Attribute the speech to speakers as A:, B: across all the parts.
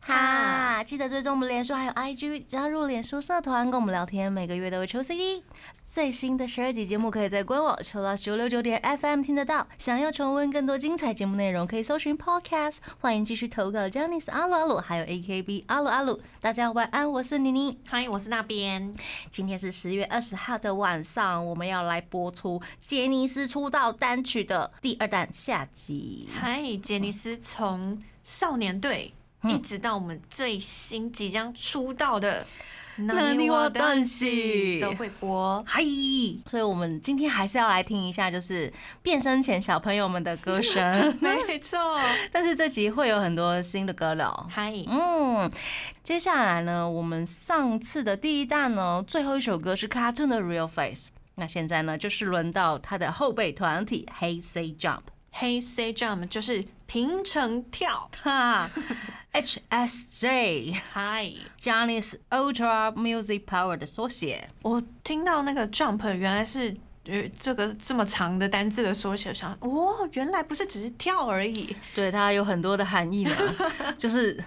A: 哈，记得追踪我们脸书还有 IG，加入脸书社团跟我们聊天，每个月都会抽 CD。最新的十二集节目可以在官网 c h i l l o s 九六九点 FM 听得到。想要重温更多精彩节目内容，可以搜寻 Podcast。欢迎继续投稿 j a n i c e 阿鲁阿鲁，还有 AKB 阿鲁阿鲁。大家晚安，我是妮妮。
B: 嗨，我是那边。
A: 今天是十月二十号的晚上，我们要来播出杰尼斯出道单曲的第二弹下集。
B: 嗨，杰尼斯从少年队
A: 嗯
B: 一直到我们最新即将出道的
A: 那你我但是
B: 都会播。。
A: 嗨，所以我们今天还是要来听一下，就是变身前小朋友们的歌声
B: 没错，
A: 但是这集会有很多新的歌了。
B: 嗨，
A: 嗯，接下来呢，我们上次的第一弹呢，最后一首歌是 Cartoon 的 Real Face。那现在呢，就是轮到他的后备团体 Hey Say Jump。
B: 黑 C Jump 就是平成跳。
A: 哈，HSJ。
B: 嗨，
A: Johnny's Ultra Music Power 的缩写。
B: 我听到那个 Jump 原来是。呃，这个这么长的单字的缩写，我想哦，原来不是只是跳而已，
A: 对，它有很多的含 义呢，就是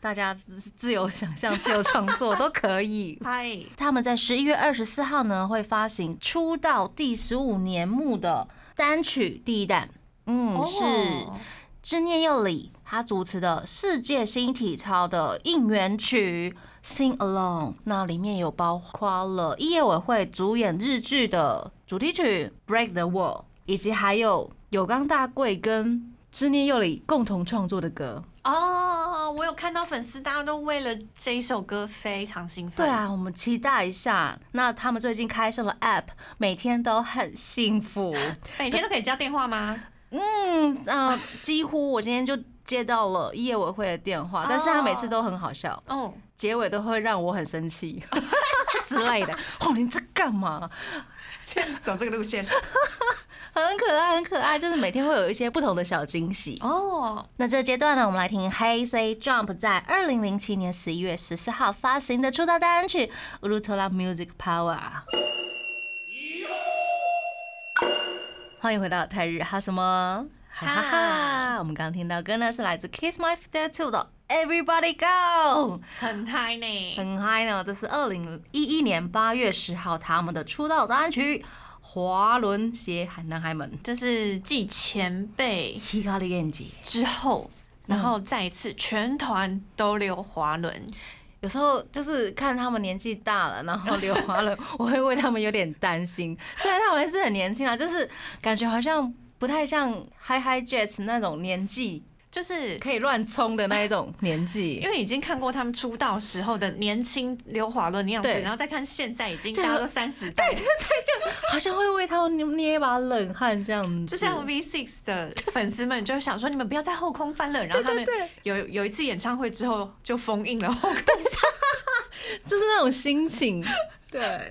A: 大家自由想象、自由创作都可以。
B: 嗨，
A: 他们在十一月二十四号呢会发行出道第十五年目的单曲第一弹，嗯，是
B: 哦
A: 知念佑里他主持的世界新体操的应援曲《Sing Along》，那里面有包括了夜委会主演日剧的主题曲《Break the Wall》，以及还有有冈大贵跟知念佑里共同创作的歌。
B: 哦，我有看到粉丝大家都为了这一首歌非常兴奋。
A: 对，啊，我们期待一下。那他们最近开设了 App，每天都很幸福。
B: 每天都可以加电话吗？
A: 嗯呃，几乎我今天就接到了夜委会的电话，但是他每次都很好笑。
B: 哦，
A: 结尾都会让我很生 气之类的。哦，你这干嘛？
B: 这样子走这个路线。
A: 很可爱，很可爱，就是每天会有一些不同的小惊喜。
B: 哦，
A: 那这个阶段呢，我们来听 Hey Say Jump 在二零零七年十一月十四号发行的出道单曲《Ultra Music Power》。欢迎回到泰日哈什么哈哈哈！我们刚刚听到歌呢是来自 Kiss My Tattoo 的《Everybody Go》。
B: 很嗨呢。
A: 很嗨呢，这是二零一一年八月十号他们的出道单曲《滑轮鞋男孩们》。
B: 就是继前辈
A: Hikari Genji，
B: 之后，然后再一次全团都溜滑轮。
A: 有时候就是看他们年纪大了，然后留滑 轮，我会为他们有点担心。虽然他们还是很年轻啊，就是感觉好像不太像 Hi Hi Jets 那种年纪
B: 就是
A: 可以乱冲的那一种年纪
B: 因。为已经看过他们出道时候的年轻溜滑轮的样子，
A: 对
B: 然后再看现在已经
A: 就
B: 大家都三十代，
A: 好像会为他们捏捏一把冷汗这样子，
B: 就像 V Six 的粉丝们就想说，你们不要在后空翻了。然后他们
A: 对
B: 有有一次演唱会之后就封印 了后空，
A: 就是那种心情， 对。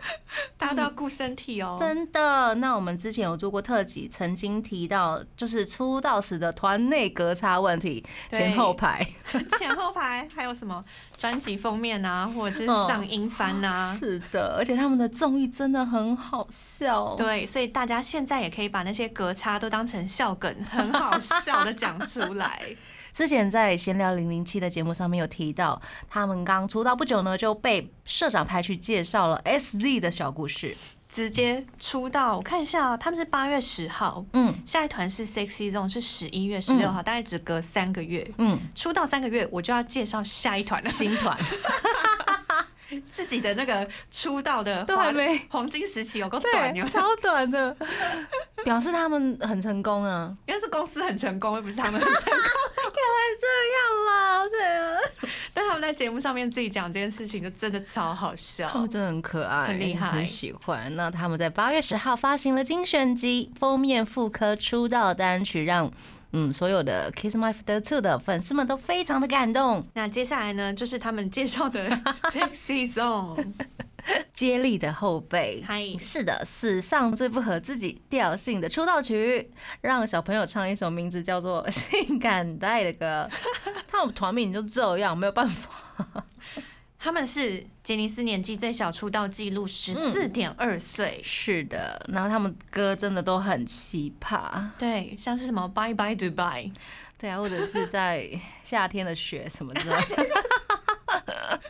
B: 大家都要顾身体哦。
A: 真的，那我们之前有做过特辑，曾经提到就是出道时的团内隔差问题，
B: 对
A: 前后排
B: 前后排还有什么专辑封面啊，或者是上音翻
A: 嗯
B: 啊。
A: 哦是的，而且他们的综艺真的很好笑。
B: 对，所以大家现在也可以把那些隔差都当成笑梗，很好笑的讲出 来。
A: 之前在闲聊零零七的节目上面有提到，他们刚出道不久呢，就被社长派去介绍了 SZ 的小故事。
B: 直接出道，我看一下、啊，他们是八月十号，
A: 嗯
B: 下一团是 Sexy Zone 是十一月十六号，大概只隔三个月。
A: 嗯，
B: 出道三个月，我就要介绍下一团了，
A: 新 团
B: 自己的那个出道的
A: 都还没
B: 黄金时期有够短，有
A: 对，
B: 没有
A: 超短的，表示他们很成功 啊。
B: 应该是公司很成功，又不是他们很成功。
A: 这样啦，对啊，
B: 但他们在节目上面自己讲这件事情，就真的超好
A: 他
B: 笑
A: 们。真的很可爱，
B: 很厉害
A: 很喜欢。那他们在八月十号发行了精选集，封面复刻出道单曲，让嗯所有的 Kiss My f a t Two 的粉丝们都非常的感动，
B: 那接下来呢，就是他们介绍 的 Sexy Zone。
A: 接力的后辈。
B: 嗨，
A: 是的，史上最不合自己调性的出道曲，让小朋友唱一首名字叫做《 性感带》的歌。他们团名就这样，没有办法。
B: 他们是杰尼斯年纪最小出道记录十四点二岁。
A: 是的，然后他们歌真的都很奇葩，
B: 对，像是什么 Bye Bye Dubai，
A: 对啊，或者是在夏天的雪什么之类的，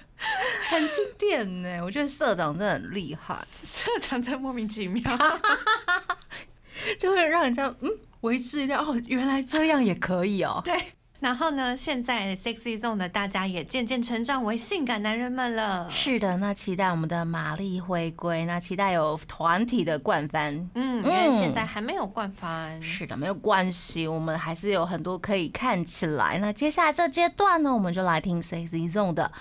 A: 很经典呢。我觉得社长真的很厉害，
B: 社长真莫名其妙。
A: 就会让人家嗯为之一亮哦，原来这样也可以哦。
B: 对，然后呢，现在 Sexy Zone 的大家也渐渐成长为性感男人们了。
A: 是的，那期待我们的玛丽回归，那期待有团体的冠番。
B: 嗯，因为现在还没有冠番。
A: 是的，没有关系，我们还是有很多可以看起来。那接下来这阶段呢，我们就来听 Sexy Zone 的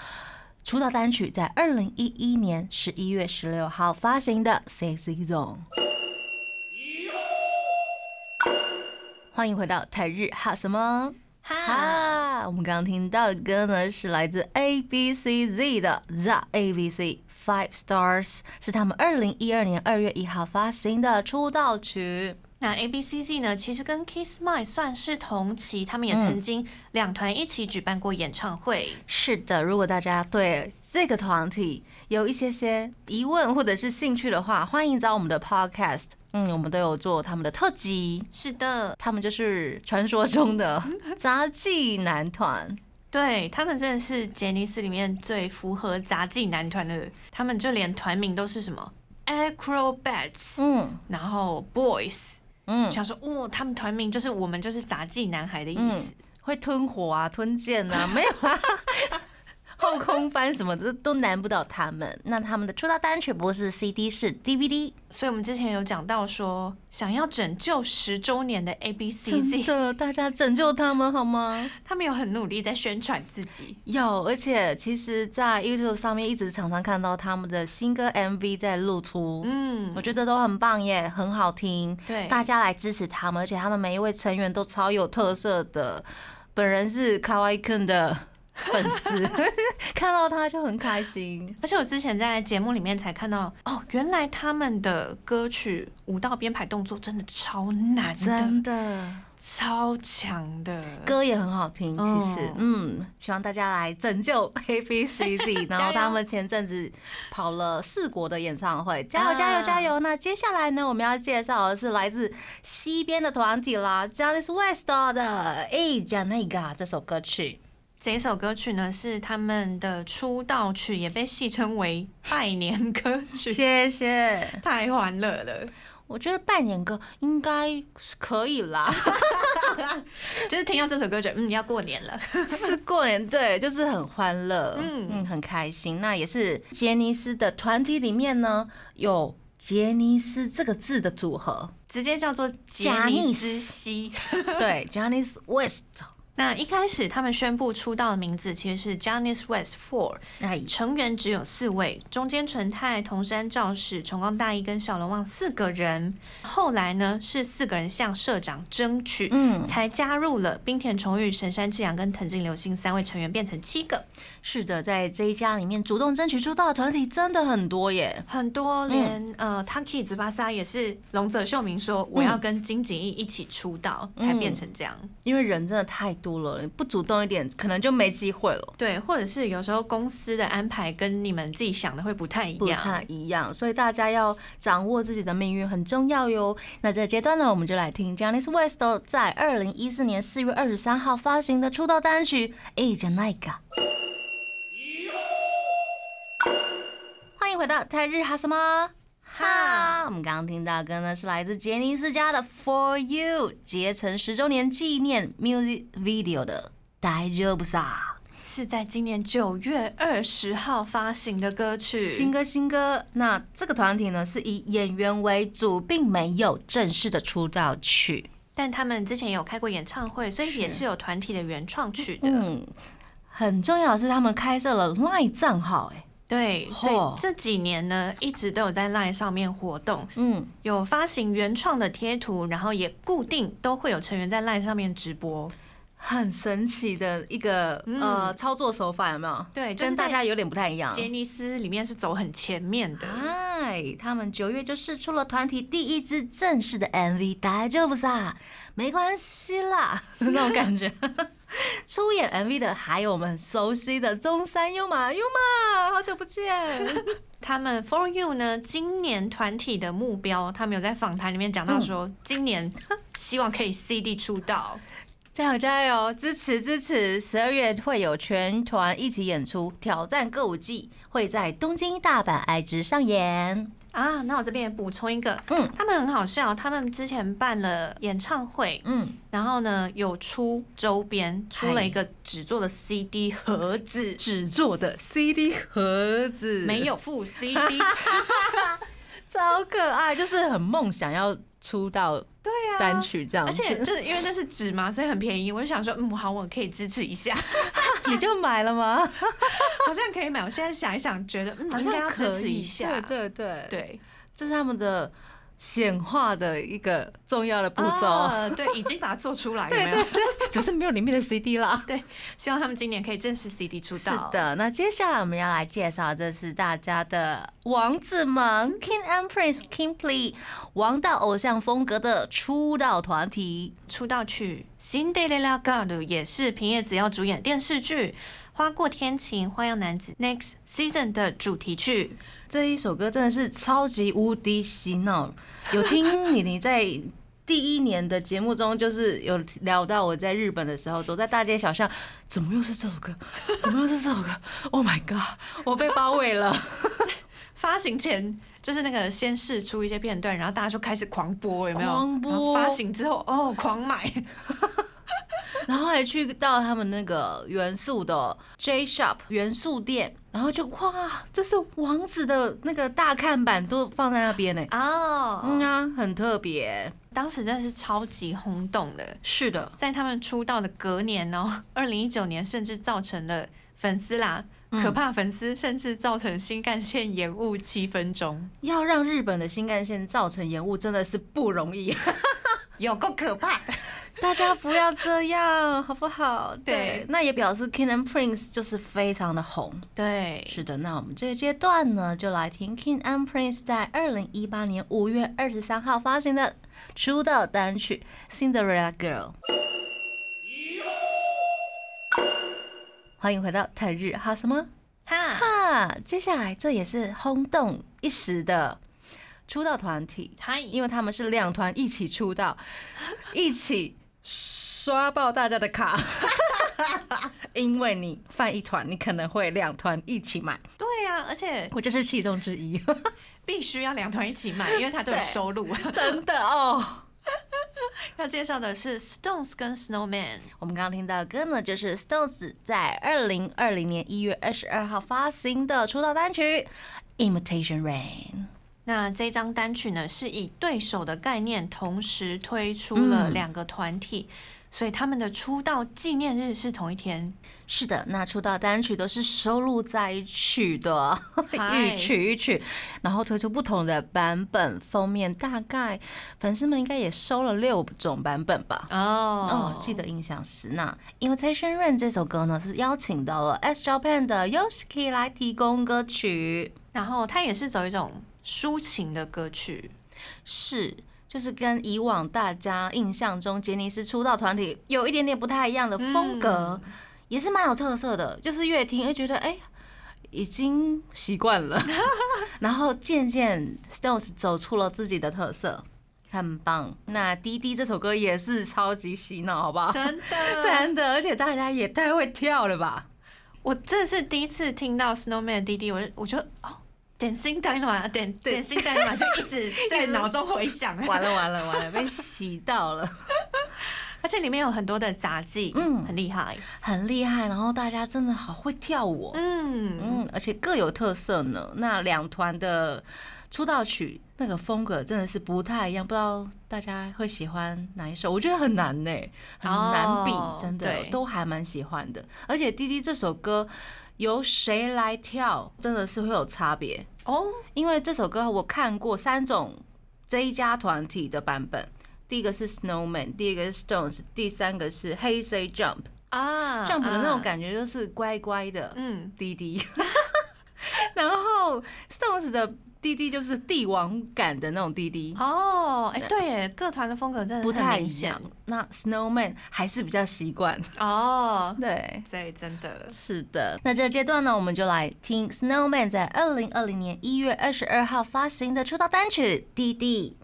A: 出道单曲，在二零一一年十一月十六号发行的 Sexy Zone。欢迎回到台日哈什么
B: 哈，
A: 哈？我们刚刚听到的歌呢，是来自 A B C Z 的 The A B C Five Stars，是他们二零一二年二月一号发行的出道曲。
B: 那 A B C Z 呢，其实跟 Kiss My 算是同期，他们也曾经两团一起举办过演唱会。
A: 是的，如果大家对这个团体有一些些疑问或者是兴趣的话，欢迎找我们的 podcast。嗯，我们都有做他们的特辑，
B: 是的，
A: 他们就是传说中 的杂技男团。
B: 对他们真的是杰尼斯里面最符合杂技男团的，他们就连团名都是什么 Acrobats，
A: 嗯
B: 然后 Boys，
A: 嗯，
B: 想说哦，他们团名就是我们就是杂技男孩的意思。
A: 会吞火啊，吞剑 啊，没有啊。后空翻什么的都难不倒他们。那他们的出道单曲不是 CD 是 DVD，
B: 所以我们之前有讲到说，想要拯救十周年的 A B C
A: 真
B: Z，
A: 的，大家拯救他们好吗？
B: 他们有很努力在宣传自己。
A: 有，而且其实，在 YouTube 上面一直常常看到他们的新歌 MV 在露出，
B: 嗯
A: 我，觉得都很棒耶，很好听，
B: 对，
A: 大家来支持他们，而且他们每一位成员都超有特色的。本人是卡哇伊 n 的粉丝， 看到他就很开心。
B: 而且我之前在节目里面才看到，哦，原来他们的歌曲舞蹈编排动作真的超难
A: 真
B: 的，
A: 的，
B: 超强的。
A: 歌也很好听，其实
B: 哦，
A: 嗯，希望大家来拯救 A B C Z，然后
B: 加油
A: 他们前阵子跑了四国的演唱会，加
B: 啊
A: 油加油加油！那接下来呢，我们要介绍的是来自西边的团体啦 j a n i c e West 的《哎 Janiga》这首歌曲，
B: 这一首歌曲呢是他们的出道曲，也被戏称为拜年歌 曲，
A: 谢谢。
B: 太欢乐了。
A: 我觉得扮演歌应该可以啦，
B: 就是听到这首歌，觉得嗯要过年了。
A: 是过年对，就是很欢乐，嗯
B: 嗯
A: 很开心。那也是杰尼斯的团体里面呢，有杰尼斯这个字的组合，
B: 直接叫做杰
A: 贾尼
B: 尼
A: 斯
B: 斯西。
A: 对 j a n i c e West，
B: 那一开始他们宣布出道的名字其实是 j a n i c e West Four，
A: 哎，
B: 成员只有四位，中间纯太、桐山照史、重冈大一跟小龙旺四个人。后来呢，是四个人向社长争取，
A: 嗯
B: 才加入了冰田崇裕、神山智洋跟藤井流星三位成员，变成七个，
A: 是的，在这一家里面主动争取出道的团体真的很多耶。
B: 很多连、呃 Taki 紫巴沙也是龙泽秀明说我要跟金井义一起出道，才变成这样。
A: 因为人真的太多了，你不主动一点，可能就没机会了，
B: 对，或者是有时候公司的安排跟你们自己想的会不太一
A: 不
B: 样。
A: 太一样。所以大家要掌握自己的命运很重要哟。那这个阶段呢，我们就来听 j a n i c e West 在二零一四年四月二十三号发行的出道单曲《哎 j a n i c a 欢迎回到泰日哈什么？哈，我们刚刚听到的歌呢是来自杰尼斯家的《For You》结成十周年纪念 music video 的《大丈夫さ
B: 是在今年九月二十号发行的歌曲。
A: 新歌新歌。那这个团体呢是以演员为主，并没有正式的出道曲。
B: 但他们之前也有开过演唱会，所以也是有团体的原创曲的。
A: 嗯，很重要的是他们开设了 LINE 账号、哎，
B: 对，所
A: 嚯
B: 以这几年呢，一直都有在 LINE 上面活动，
A: 嗯，
B: 有发行原创的贴图，然后也固定都会有成员在 LINE 上面直播。
A: 很神奇的一个、呃
B: 嗯
A: 操作手法，有没有？
B: 对就是
A: 跟大
B: 在
A: 家有点不太一样。
B: 杰尼斯里面是走很前面
A: 啊
B: 的，
A: 嗨，哎他们九月就试出了团体第一支正 式的 MV，大丈夫さ，没关系啦，那种感觉。出演 MV 的还有我们很熟悉的中山优马优马，好久不见。
B: 他们 For You 呢，今年团体的目标，他们有在访谈里面讲
A: 嗯
B: 到说，今年 希望可以 CD 出道。
A: 加油加油，支持支持！十二月会有全团一起演出《挑战歌舞伎》，会在东京、大阪、爱知上演。
B: 啊，那我这边也补充一个，
A: 嗯
B: 他们很好笑，他们之前办了演唱会，
A: 嗯，
B: 然后呢有出周边，出了
A: 嗨
B: 一个纸做的 CD 盒子，
A: 纸做的 CD 盒子
B: 没，有 附 CD，
A: 超可爱，就是很梦想要出道
B: 对啊，
A: 单曲这样子，
B: 而且就是因为那是纸嘛，所以很便宜。我就想说，嗯，好，我可以支持 一下，
A: 你就买了 吗？
B: 好像可以买。我现在想一想，觉得嗯，
A: 好
B: 应该
A: 像
B: 要
A: 可
B: 支持
A: 以
B: 一下。
A: 对对对，
B: 对，
A: 这是他们的显化的一个重要的步骤，
B: 啊对，已经把它做出来，有没有？
A: 只是没有里面的 CD 啦。
B: 对，希望他们今年可以正式 CD 出
A: 是
B: 道。，
A: 的，那接下来我们要来介绍，这是大家的王子 们 King and Prince King Play 王道偶像风格的出道团体。
B: 出道曲《Cinderella Girl》也是平野紫耀主演电视剧《花过天晴》《花样男子》Next Season 的主题曲。
A: 这一首歌真的是超级无敌洗脑。有听妮妮在第一年的节目中，就是有聊到我在日本的时候，走在大街小巷，怎么又是这首歌？怎么又是这首歌？Oh my god！我被包围了。
B: 发行前就是那个先试出一些片段，然后大家就开始狂播，有没有？
A: 狂播
B: 然后发行之后，哦，狂买。
A: 然后还去到他们那个元素的 J Shop 元素店，然后就哇，这是王子的那个大看板都放在那边呢、
B: 哦，
A: 嗯啊，很特别。
B: 当时真的是超级轰动的，
A: 是的，
B: 在他们出道的隔年哦，二零一九年甚至造成了粉丝啦。
A: 嗯
B: 可怕粉丝甚至造成新干线延误七分钟，
A: 要让日本的新干线造成延误真的是不容易，
B: 有够可怕的。
A: 大家不要这样，好不好？
B: 对
A: 那也表示 King and Prince 就是非常的红。
B: 对，
A: 是的，那我们这个阶段呢，就来听 King and Prince 在二零一八年五月二十三号发行的出道单曲《Cinderella Girl》。欢迎回到台日哈什么
B: 哈，
A: 哈？接下来这也是轰动一时的出道团体，
B: 嗨，
A: 因为他们是两团一起出道， 一起刷爆大家的卡。 因为你犯一团，你可能会两团一起买。
B: 对呀、而且
A: 我就是其中之一，
B: 必须要两团一起 买，因为它都有
A: 对
B: 收录。
A: 真的哦。
B: 要介绍的是 Stones 跟 Snowman，
A: 我们刚刚听到的歌呢，就是 Stones 在二零二零年一月二十二号发行的出道单曲《Imitation Rain
B: 那这张单曲呢，是以对手的概念同时推出了
A: 嗯
B: 两个团体，所以他们的出道纪念日是同一天。》。
A: 是的，那出道单曲都是收录在一曲的
B: 嗨
A: 一曲一曲，然后推出不同的版本，封面大概粉丝们应该也收了六种版本吧。
B: 哦
A: 哦，记得印象啊是那《Imitation Rain》这首歌呢，是邀请到了 S Japan 的 Yoshiki 来提供歌曲，
B: 然后它也是走一种抒情的歌曲，
A: 是就是跟以往大家印象中杰尼斯出道团体有一点点不太一样的风格，也是蛮有特色的，就是越听会觉得哎。已经习惯 了，然后渐渐 Stones 走出了自己的特色，很棒。那《滴滴》这首歌也是超级洗脑，好不好？
B: 真的。
A: 真的，而且大家也太会跳了吧！
B: 我这是第一次听到 Snowman 的弟弟，我就我就哦。Dancing Dynamite，点
A: 对
B: Dancing Dynamite 就一 直在脑中回响，
A: 完了完了完了，被洗到了，
B: 而且里面有很多的杂技，嗯，
A: 嗯
B: 很厉害，
A: 很厉害。然后大家真的好会跳舞哦，
B: 嗯，
A: 嗯，而且各有特色呢。那两团的出道曲那个风格真的是不太一样，不知道大家会喜欢哪一首？我觉得很难呢、很难比
B: 哦，
A: 真的
B: 对
A: 都还蛮喜欢的。而且《滴滴》这首歌由谁来跳，真的是会有差别。
B: 哦，
A: 因为这首歌我看过三种这一家团体的版本，第一个是 Snowman，第一个是 Stones，第三个是 Hey Say Jump。
B: 啊
A: Jump 的那种
B: 觉，
A: 感觉就是乖乖的
B: 嗯，
A: 滴滴，然后 Stones 的弟弟就是帝王感的那种弟弟，
B: 哦，哎，对耶，各团的风格真的
A: 不
B: 很
A: 太
B: 明
A: 一
B: 显
A: 样。那 Snowman 还是比较习惯，
B: 哦，
A: 对。
B: 对，真的
A: 是的，那这个阶段呢，我们就来听 Snowman 在二零二零年一月二十二号发行的出道单曲《弟弟》。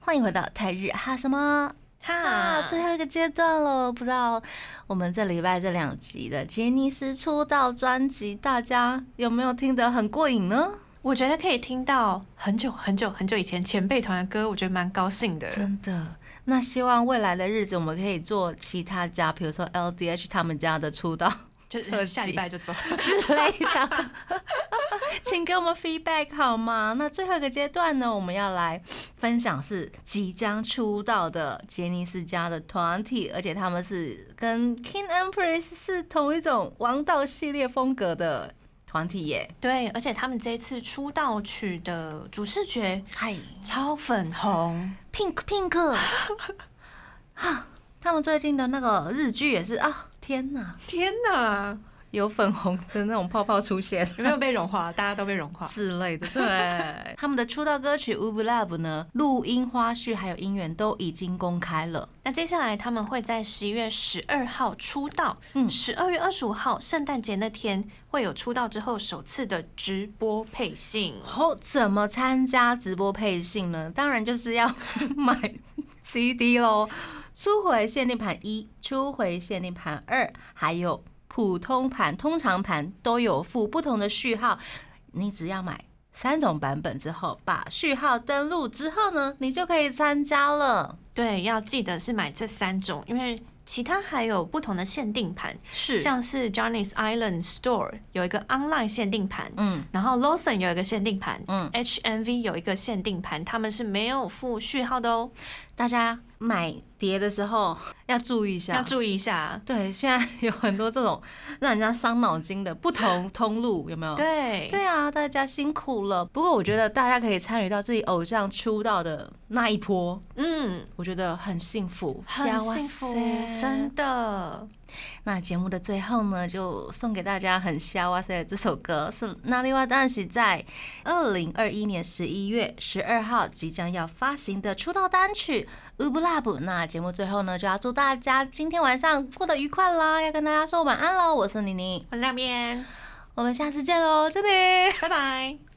A: 欢迎回到台日哈什么啊，
B: 哈，
A: 最后一个阶段了，不知道我们这礼拜这两集的杰尼斯出道专辑，大家有没有听得很过瘾呢？
B: 我觉得可以听到很久很久很久以前前辈团的歌，我觉得蛮高兴的。
A: 真的。那希望未来的日子，我们可以做其他家，比如说 LDH 他们家的出道
B: 就
A: 特
B: 下礼
A: 辑
B: 拜就走。
A: 之类的，请给我们 feedback 好吗？那最后一个阶段呢，我们要来分享是即将出道的杰尼斯家的团体，而且他们是跟 King Empress 是同一种王道系列风格的团体耶。
B: 对，而且他们这次出道曲的主视觉
A: 嗨
B: 超粉红，
A: ，Pink Pink，哈，他们最近的那个日剧也是啊，天哪！
B: 天哪，
A: 有粉红的那种泡泡出现
B: 有没有被融化？大家都被融化。
A: 之类的。对，他们的出道歌曲《u b Love》呢，录音花絮还有音源都已经公开了。
B: 那接下来他们会在十一月十二号出道，
A: 嗯
B: 十二月二十五号圣诞节那天会有出道之后首次的直播配信。
A: 哦，怎么参加直播配信呢？当然就是要 买 CD 喽，初回限定盘一、初回限定盘二，还有普通盘、通常盘都有附不同的序号，你只要买。三种版本之后，把序号登录之后呢，你就可以参加了。
B: 对，要记得是买这三种，因为其他还有不同的限定盘，
A: 是
B: 像是 Johnny's Island Store 有一个 online 限定盘，
A: 嗯，
B: 然后 Lawson 有一个限定盘，
A: 嗯
B: ，HMV 有一个限定盘，他们是没有附序号的哦，
A: 大家买碟的时候要注意一下。
B: 要注意一下。
A: 对，现在有很多这种让人家伤脑筋的不同通路，有没有？
B: 对，
A: 对啊，大家辛苦了。不过我觉得大家可以参与到自己偶像出道的那一波，
B: 嗯，
A: 我觉得很幸福，啊
B: 很幸福
A: 幸福，
B: 真的。
A: 那节目的最后呢，就送给大家很瞎哇塞的这首歌，是那里哇当喜在二零二一年十一月十二号即将要发行的出道单曲《乌布拉布》。那节目最后呢，就要祝大家今天晚上过得愉快啦，要跟大家说晚安喽，我是妮妮，
B: 我是那边，
A: 我们下次见喽，这里。
B: 拜拜。